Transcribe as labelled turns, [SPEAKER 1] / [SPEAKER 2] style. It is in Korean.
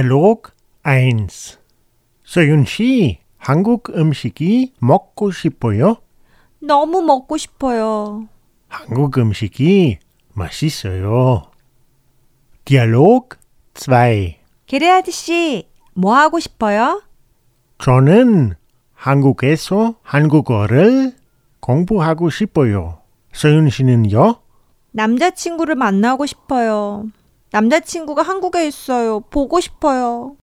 [SPEAKER 1] Dialog 1. 소윤 씨, 한국 음식이 먹고 싶어요?
[SPEAKER 2] 너무 먹고 싶어요.
[SPEAKER 1] 한국 음식이 맛있어요. Dialog 2.
[SPEAKER 2] 게레아드 씨, 뭐 하고 싶어요?
[SPEAKER 1] 저는 한국에서 한국어를 공부하고 싶어요. 소윤 씨는요?
[SPEAKER 2] 남자친구를 만나고 싶어요. 남자친구가 한국에 있어요. 보고 싶어요.